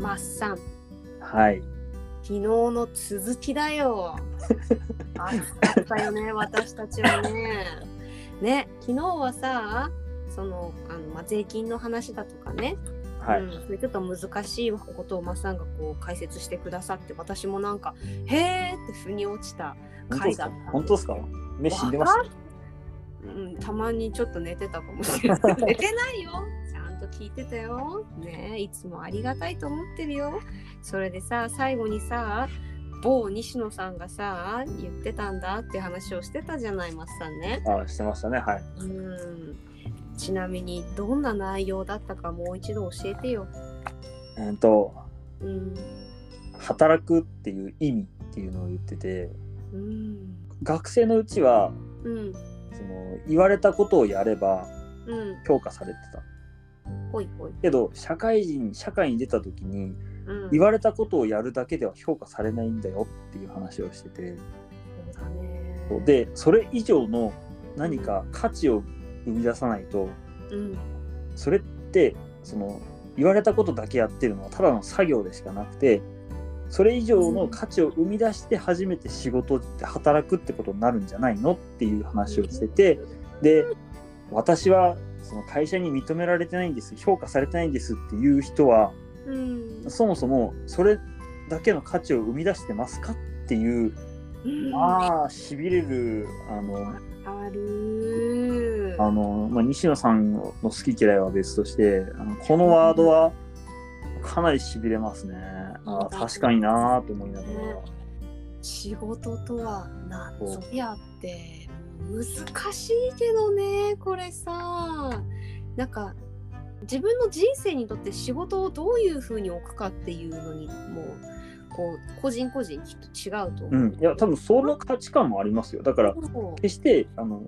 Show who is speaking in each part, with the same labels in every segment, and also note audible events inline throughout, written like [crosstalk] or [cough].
Speaker 1: マスさん
Speaker 2: はい。
Speaker 1: 昨日の続きだ
Speaker 2: [laughs]
Speaker 1: よ暑かったよね私たちはねね昨日はさそのあの、まあ、税金の話だとかね、
Speaker 2: はい。
Speaker 1: うん、それちょっと難しいことをマスさんがこう解説してくださって私もなんか「へーって腑に落ちた
Speaker 2: 本当で
Speaker 1: 回
Speaker 2: す
Speaker 1: だ
Speaker 2: か
Speaker 1: った
Speaker 2: 本当ですか目死んでまし
Speaker 1: わかんうん、たまにちょっと寝てたかもしれない。
Speaker 2: [laughs]
Speaker 1: 寝てないよ。ちゃんと聞いてたよ。ねえいつもありがたいと思ってるよ。それでさ、最後にさ、某西野さんがさ、言ってたんだって話をしてたじゃない、マスさんね。
Speaker 2: たあしてましたね。はい。
Speaker 1: うん。ちなみに、どんな内容だったかもう一度教えてよ。
Speaker 2: えーっと、
Speaker 1: うん。
Speaker 2: 働くっていう意味っていうのを言ってて、
Speaker 1: うん。
Speaker 2: 学生のうちは、
Speaker 1: うん。
Speaker 2: その言われたことをやれば
Speaker 1: う
Speaker 2: 評価されてた。
Speaker 1: ん。ほいほい。
Speaker 2: けど、社会人、社会に出た時に、
Speaker 1: うん。
Speaker 2: 言われたことをやるだけでは評価されないんだよっていう話をして
Speaker 1: そ
Speaker 2: て、
Speaker 1: うだね。
Speaker 2: そう、で、それ以上の何か価値を生み出さないと、
Speaker 1: うん。
Speaker 2: それってその言われたことだけやってるのはただの作業でしかなくてそれ以上の価値を生み出して初めて仕事って働くってことになるんじゃないのっていう話をしててで私はその会社に認められてないんです評価されてないんですっていう人は
Speaker 1: うん。
Speaker 2: そもそもそれだけの価値を生み出してますかっていう
Speaker 1: うん
Speaker 2: ああしびれるあの
Speaker 1: ある
Speaker 2: あの、まあ、西野さんの好き嫌いは別として、あのこのワードはかなり痺れますね。ああ、確かになーと思いながら。
Speaker 1: 仕事とは何
Speaker 2: そう
Speaker 1: ぞやって難しいけどねこれさなんか自分の人生にとって仕事をどういうふうに置くかっていうのにもうこう個人個人きっと違うと思う。
Speaker 2: うん。いや、多分その価値観もありますよ。だから、
Speaker 1: そう
Speaker 2: 決して、あの、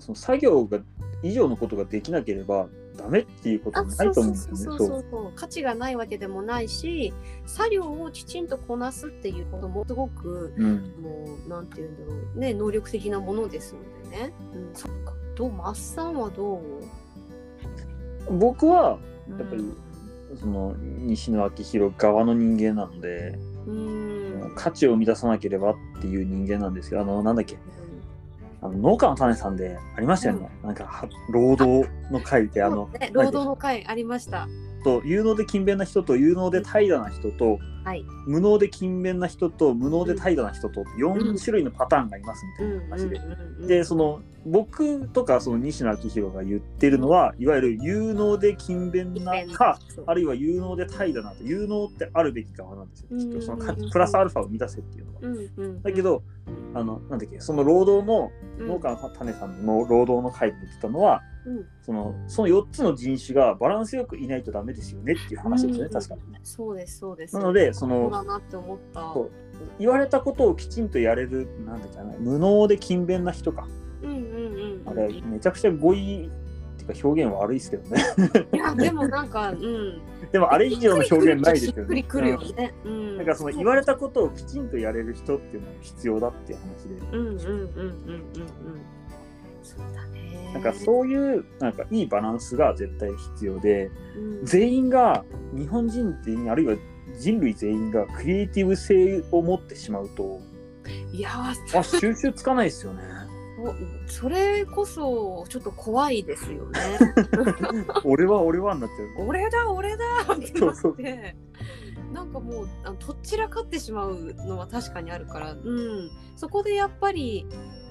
Speaker 2: その作業が、以上のことができなければ、ダメっていうこと
Speaker 1: あ
Speaker 2: はな
Speaker 1: そ
Speaker 2: いうと
Speaker 1: そ
Speaker 2: 思う
Speaker 1: う
Speaker 2: んです
Speaker 1: そうそ
Speaker 2: よ
Speaker 1: うそ
Speaker 2: ね。
Speaker 1: うそう価値がないわけでもないし作業をきちんとこなすっていうこともすごく
Speaker 2: うん。
Speaker 1: もうなんて言うんだろうね能力的なものですのでね、うん、そっかどうマスさんはどう
Speaker 2: 僕は、
Speaker 1: や
Speaker 2: っぱりその、西野昭弘側の人間なので、
Speaker 1: うん、うん
Speaker 2: 価値を生み出さなければっていう人間なんですけど、あの、なんだっけ、あの農家の種さんでありましたよね、なんかは労働の会ってあの
Speaker 1: そうね、労働の会ありました
Speaker 2: と有能で勤勉な人と有能で怠惰な人と
Speaker 1: はい
Speaker 2: 無能で勤勉な人と無能で怠惰な人と4種類のパターンがいますみたいな話で、でその僕とかその西野昭弘が言ってるのは、いわゆる有能で勤勉なか、あ
Speaker 1: る
Speaker 2: るいは有能で怠惰なと有能ってあるべき側なんですよ、きっとそのか
Speaker 1: うん
Speaker 2: プラスアルファを生み出せっていうのは。
Speaker 1: うんうん、
Speaker 2: だけどあのなんだっけその労働の
Speaker 1: うん
Speaker 2: 農家の種さんの労働の会で言ってたのは、
Speaker 1: うん
Speaker 2: そのその4つの人種がバランスよくいないとダメですよねっていう話ですね、
Speaker 1: うん
Speaker 2: 確かにね。
Speaker 1: そうですそうです
Speaker 2: なのでそ
Speaker 1: そう
Speaker 2: の
Speaker 1: だなって思った
Speaker 2: そう言われたことをきちんとやれるなんだっけな無能で勤勉な人か
Speaker 1: うんうんうん
Speaker 2: あれめちゃくちゃ語彙っていうか表現悪いですけどね [laughs]
Speaker 1: いやでもなんかうん
Speaker 2: で [laughs] もあれ以上の表現ないです
Speaker 1: し
Speaker 2: よね。
Speaker 1: っくりくるよね、う
Speaker 2: うん
Speaker 1: ん、
Speaker 2: なんかその言われたことをきちんとやれる人っていうのが必要だっていう話で
Speaker 1: うんうんうんうんうんうんそうだね
Speaker 2: なんかそういうなんかいいバランスが絶対必要で。
Speaker 1: うん
Speaker 2: 全員が日本人全員あるいは人類全員がクリエイティブ性を持ってしまう [laughs] と
Speaker 1: いや
Speaker 2: あ収集つかないですよね
Speaker 1: そそれこそちょっと怖いですよね
Speaker 2: [laughs] 俺は俺はになっちゃう
Speaker 1: 俺だ俺だって
Speaker 2: そ
Speaker 1: な
Speaker 2: うそ
Speaker 1: っ
Speaker 2: う
Speaker 1: てなんかもうあのとっちらかってしまうのは確かにあるから、うん、そこでやっぱり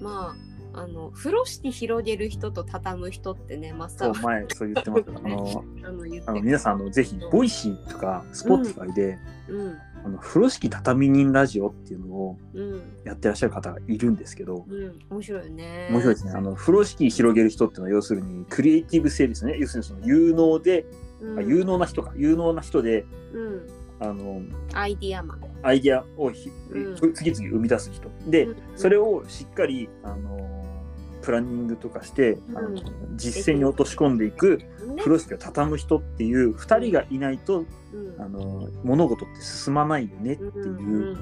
Speaker 1: まああの風呂敷広げる人と畳む人ってねマスタ
Speaker 2: そ [laughs]
Speaker 1: ー
Speaker 2: う
Speaker 1: は
Speaker 2: 前そう言ってますあの
Speaker 1: あの言って
Speaker 2: あの皆さんあのぜひボイシーとかスポティファイで、
Speaker 1: うん
Speaker 2: あの風呂敷畳人ラジオっていうのを
Speaker 1: うん
Speaker 2: やってらっしゃる方がいるんですけど
Speaker 1: うん面白いよね
Speaker 2: 面白いですねあの風呂敷広げる人っていうのは要するにクリエイティブ性ですね要するにその有能で、
Speaker 1: うん
Speaker 2: あ有能な人か有能な人で
Speaker 1: うん
Speaker 2: あの
Speaker 1: アイディアマン
Speaker 2: アイディアをひ、
Speaker 1: うん
Speaker 2: 次々生み出す人で、
Speaker 1: うん
Speaker 2: それをしっかり、あのープランニングとかして、あの
Speaker 1: うん
Speaker 2: 実践に落とし込んでいく
Speaker 1: ね
Speaker 2: 風呂敷を畳む人っていう2人がいないと、
Speaker 1: うん
Speaker 2: あのー物事って進まないよねっていう、
Speaker 1: うんうんうん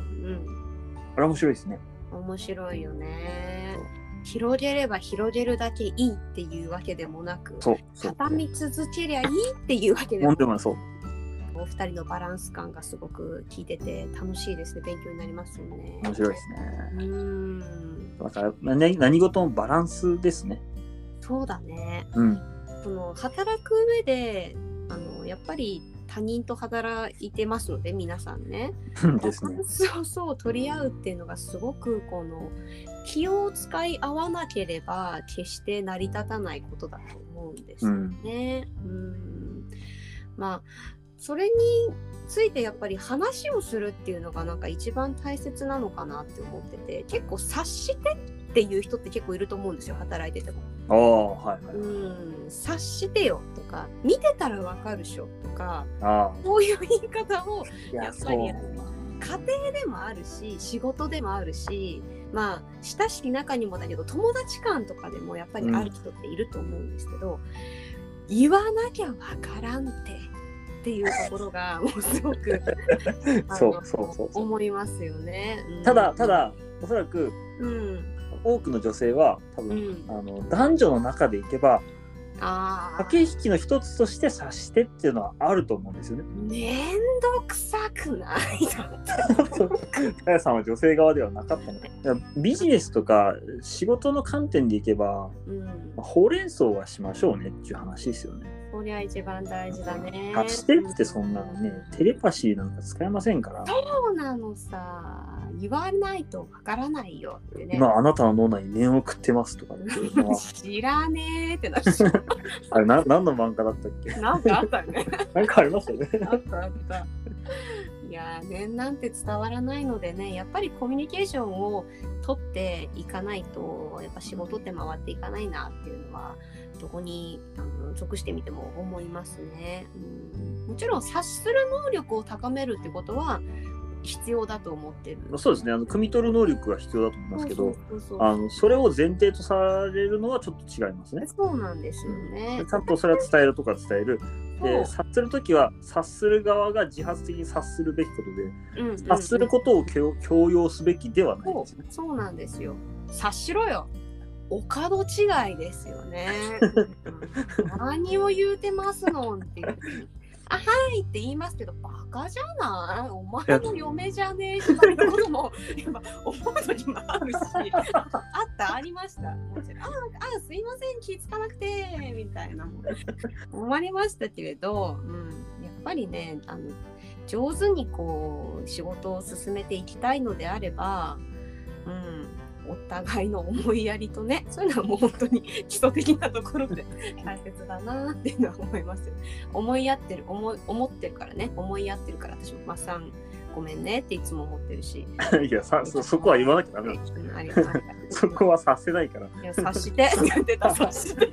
Speaker 2: あれ面白いですね。
Speaker 1: 面白いよね広げれば広げるだけいいっていうわけでもなく
Speaker 2: そうそう
Speaker 1: 畳み続けりゃいいっていうわけでも
Speaker 2: 本当にそう
Speaker 1: お二人のバランス感がすごく聞いてて楽しいですね勉強になりますよね。
Speaker 2: 面白いですね
Speaker 1: う。ーん
Speaker 2: だから何何事もバランスですね。
Speaker 1: そうだね
Speaker 2: うん。 [laughs]
Speaker 1: その働く上であのやっぱり他人と働いてますので皆さんね。
Speaker 2: ですね。
Speaker 1: そうそう取り合うっていうのがすごくこの気を使い合わなければ決して成り立たないことだと思うんです
Speaker 2: う
Speaker 1: よ
Speaker 2: ん。
Speaker 1: ね。うんまあそれについてやっぱり話をするっていうのがなんか一番大切なのかなって思ってて結構察してっていう人って結構いると思うんですよ働いてても。
Speaker 2: ああ、はいは
Speaker 1: う
Speaker 2: い。
Speaker 1: ん察してよとか見てたらわかるっしょとか
Speaker 2: ああ。
Speaker 1: こういう言い方を
Speaker 2: い
Speaker 1: やっぱりやっ家庭でもあるし仕事でもあるしまあ親しき中にもだけど友達間とかでもやっぱりある人っていると思うんですけど、言わなきゃわからんてっていうところが [laughs] もうすごくあの
Speaker 2: そう [laughs] そうそうそう
Speaker 1: 思いますよね。うん
Speaker 2: ただた、だおそらく
Speaker 1: うん
Speaker 2: 多くの女性は多
Speaker 1: う
Speaker 2: 分、
Speaker 1: ん、
Speaker 2: あの男女の中でいけば
Speaker 1: ああ
Speaker 2: 駆け引きの一つとして察してっていうのはあると思うんですよね。
Speaker 1: 面倒くさくないだって
Speaker 2: かやさんは女性側ではなかったのかだからビジネスとか仕事の観点でいけば、
Speaker 1: うん
Speaker 2: まあ、ほうれん草はしましょうねっていう話ですよね。
Speaker 1: そりゃ一番大事だね。
Speaker 2: 察してってそんなのねテレパシーなんか使えませんから、
Speaker 1: そうなのさ言わないとわからないよってね。
Speaker 2: 今あなたの脳内に念を食ってますとかっていう
Speaker 1: [laughs]
Speaker 2: のは
Speaker 1: 知らねえってなっちゃう。
Speaker 2: あれな何の漫画だったっけ
Speaker 1: なんかあったよね。
Speaker 2: なんかありま
Speaker 1: [laughs]
Speaker 2: したよね。
Speaker 1: あったあった。いやー念なんて伝わらないのでねやっぱりコミュニケーションを取っていかないとやっぱ仕事って回っていかないなっていうのはどこにあの属してみても思いますね。うんもちろん察する能力を高めるってことは必要だと思ってる。
Speaker 2: そうですねあの汲み取る能力が必要だと思いますけど
Speaker 1: そうそうそう
Speaker 2: あのそれを前提とされるのはちょっと違いますね。
Speaker 1: そうなんですよね。
Speaker 2: ちゃんとそれは伝えるとか伝える。で
Speaker 1: そ
Speaker 2: 察するときは察する側が自発的に察するべきことで
Speaker 1: ううんうんうん
Speaker 2: 察することを強強要すべきではな
Speaker 1: そ
Speaker 2: い
Speaker 1: う
Speaker 2: んですね。
Speaker 1: そうなんですよ。察しろよ。お門違いですよ
Speaker 2: [laughs]
Speaker 1: ね。うん何を言うてますのんっていう。あはいって言いますけど、バカじゃないお前の嫁じゃねえし、みたいなこともやっぱ思う時もあるし、あった、ありました。もちろんああ、すいません、気づかなくて、みたいなもん思われましたけれど、うん、やっぱりね、あの上手にこう仕事を進めていきたいのであれば、うん、お互いの思いやりとねそういうのはもう本当に基礎的なところで大切だなっていうのは思いますよ思いやってる思い思ってるからね思いやってるから私も「まあさんごめんね」っていつも思ってるし
Speaker 2: [laughs] いやさそそこは言わなきゃダメだ。
Speaker 1: うんありがとう
Speaker 2: そこは察せないから。 [laughs]
Speaker 1: いや察してって言ってた察して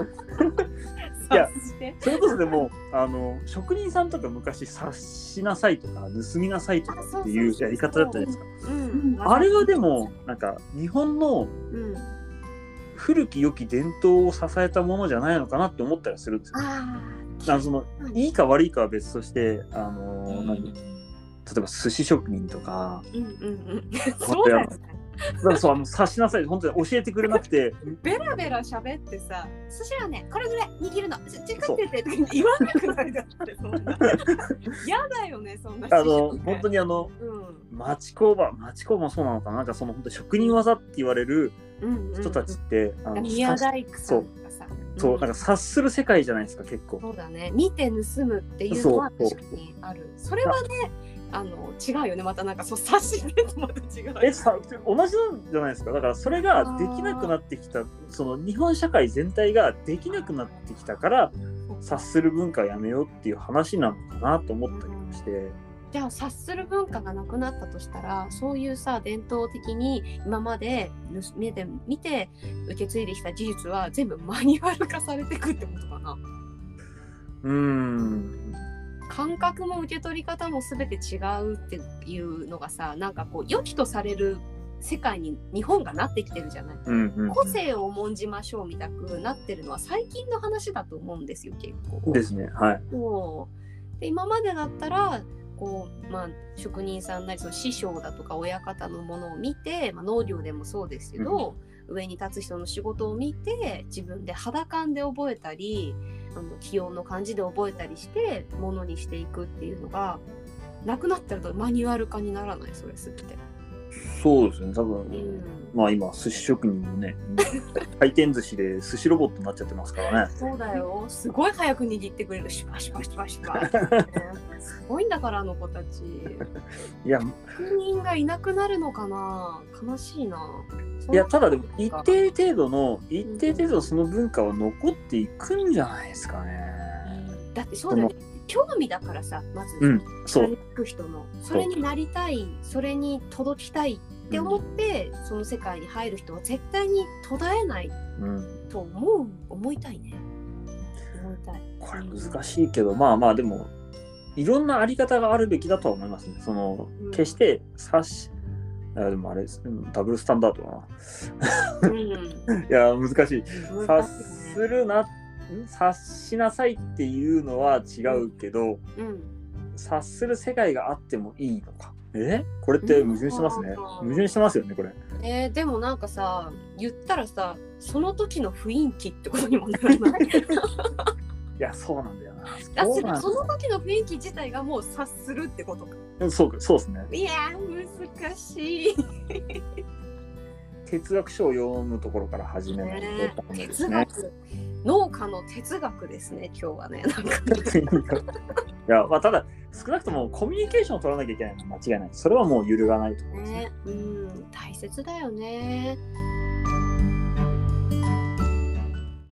Speaker 2: いや
Speaker 1: 察して
Speaker 2: それこそでもあの職人さんとか昔察しなさいとか盗みなさいとかっていうやり方だったじゃないですか。
Speaker 1: うん
Speaker 2: あれはでもなんか日本の
Speaker 1: うん
Speaker 2: 古き良き伝統を支えたものじゃないのかなって思ったりするんですよ。
Speaker 1: あ
Speaker 2: あのその
Speaker 1: ー
Speaker 2: いいか悪いかは別としてあ
Speaker 1: う
Speaker 2: の
Speaker 1: ん
Speaker 2: 何例えば寿司職人とか
Speaker 1: うんうんうんそうだよね
Speaker 2: だからそ
Speaker 1: [laughs]
Speaker 2: うあの察しなさい本当に教えてくれなくて
Speaker 1: ベラベラ喋ってさ、寿司はね、これぐらい握るの、ちょちょ食っててって言わなくないだって、そんな。嫌だよね、そんな。
Speaker 2: あの本当
Speaker 1: に。
Speaker 2: にあの
Speaker 1: うん
Speaker 2: 町工場町工場もそうなのかななんかその本当に職人技って言われる
Speaker 1: うんうん、
Speaker 2: 人たちって、あの
Speaker 1: 宮
Speaker 2: 察
Speaker 1: 大
Speaker 2: し
Speaker 1: 工さんとかさ。
Speaker 2: そうなん
Speaker 1: ん
Speaker 2: か察する世界じゃないですか結構。
Speaker 1: そうだね。見て盗むっていうのは
Speaker 2: そう
Speaker 1: 確かにある。それはね、あの違うよね。またなんかそう差し入れとまた違う。
Speaker 2: えさ同じなんじゃないですかだからそれができなくなってきたその日本社会全体ができなくなってきたから察する文化やめようっていう話なのかなと思ったりもして
Speaker 1: じゃあ察する文化がなくなったとしたらそういうさ伝統的に今まで盗目で見て受け継いできた事実は全部マニュアル化されてくってことかな
Speaker 2: うーん
Speaker 1: 感覚も受け取り方も全て違うっていうのがさなんかこう良きとされる世界に日本がなってきてるじゃない
Speaker 2: うんうん
Speaker 1: 個性を重んじましょうみたくなってるのは最近の話だと思うんですよ結構。
Speaker 2: ですねはい
Speaker 1: そうで今までだったらこう、まあ、職人さんなりその師匠だとか親方のものを見て、まあ、農業でもそうですけど、上に立つ人の仕事を見て自分で肌感で覚えたりあの気温の感じで覚えたりしてものにしていくっていうのがなくなったらマニュアル化にならないそれすって。
Speaker 2: そうですね、多
Speaker 1: う
Speaker 2: 分、
Speaker 1: ん
Speaker 2: まあ今、寿司職人
Speaker 1: [laughs]
Speaker 2: もね、回転寿司で寿司ロボットになっちゃってますからね。
Speaker 1: そうだよ。 [laughs] すごい早く握ってくれる。シュパシュパシュパシュパ。ね [laughs] すごいんだから、あの子たち。
Speaker 2: いや、
Speaker 1: 職人がいなくなるのかな悲しいな。
Speaker 2: いやただでも一定程度の、一定程度その文化は残っていくんじゃないですかね。
Speaker 1: だってそうだよね。興味だからさ、まず、
Speaker 2: うん、そ
Speaker 1: それ
Speaker 2: う
Speaker 1: に。聞く人の。それになりたい、それに届きたいって思って、その世界に入る人は絶対に途絶えない
Speaker 2: うん、
Speaker 1: と思う、思いたいね。思いたい。
Speaker 2: これ難しいけど、まあまあでも、いろんなあり方があるべきだとは思いますね。その
Speaker 1: うん、
Speaker 2: 決して察し、あでもあれですね、ダブルスタンダードだな。
Speaker 1: うん。
Speaker 2: いや、難しい。
Speaker 1: 難
Speaker 2: 察
Speaker 1: しい
Speaker 2: す
Speaker 1: ね
Speaker 2: るな、ん察しなさいっていうのは違うけど、
Speaker 1: うん。
Speaker 2: 察する世界があってもいいのか。えこれって矛盾してますね。矛盾してますよね、これ。
Speaker 1: えー、でもなんかさ言ったらさその時の雰囲気ってことにもなら
Speaker 2: [laughs]
Speaker 1: ない
Speaker 2: いや、そうなんだよな。
Speaker 1: だ
Speaker 2: そう
Speaker 1: し
Speaker 2: なん
Speaker 1: その時の雰囲気自体がもう察するってことか
Speaker 2: うんそうそうですね。
Speaker 1: いやー難しい、
Speaker 2: 哲学書を読むところから始めないと
Speaker 1: ね
Speaker 2: ダ、メです
Speaker 1: 哲
Speaker 2: ね。
Speaker 1: 学農家の哲学ですね今日はねな
Speaker 2: [laughs]
Speaker 1: んか
Speaker 2: いや、まあ、ただ、少なくともコミュニケーションを取らなきゃいけないのは間違いない。それはもう揺るがないと思いますね。
Speaker 1: ねうん大切だよね